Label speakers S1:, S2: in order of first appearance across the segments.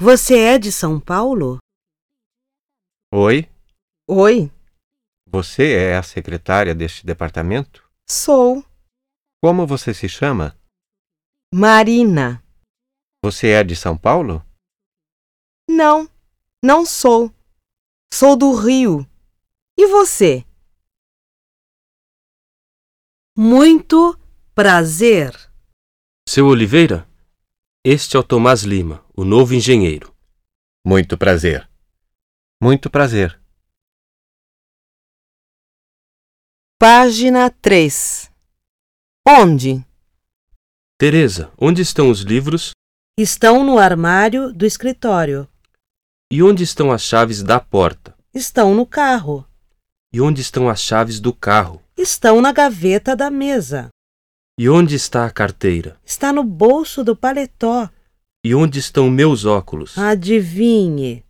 S1: Você é de São Paulo?
S2: Oi,
S3: Oi,
S2: você é a secretária deste departamento?
S3: sou
S2: Como você se chama?
S3: Marina.
S2: Você é de São Paulo?
S3: Não, não sou. Sou do Rio. E você?
S1: Muito prazer.
S4: Seu Oliveira, este é o Tomás Lima, o novo engenheiro.
S2: Muito prazer. Muito prazer.
S3: Página 3. Onde?
S4: Teresa, onde estão os livros
S1: Estão no armário do escritório.
S4: e onde estão as chaves da porta?
S1: Estão no carro.
S4: E onde estão as chaves do carro?
S1: Estão na gaveta da mesa.
S4: E onde está a carteira?
S1: Está no bolso do paletó.
S4: E onde estão meus óculos?
S1: Adivinhe.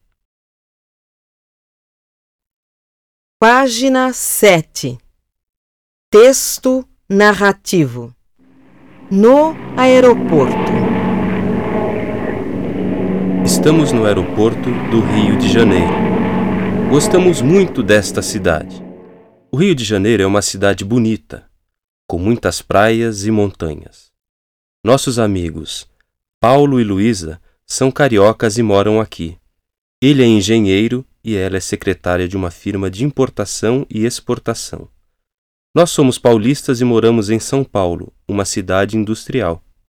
S3: Página 7. Texto narrativo. No aeroporto.
S4: Estamos no aeroporto do Rio de Janeiro. Gostamos muito desta cidade. O Rio de Janeiro é uma cidade bonita, com muitas praias e montanhas. Nossos amigos Paulo e Luísa são cariocas e moram aqui. Ele é engenheiro e ela é secretária de uma firma de importação e exportação. Nós somos paulistas e moramos em São Paulo, uma cidade industrial.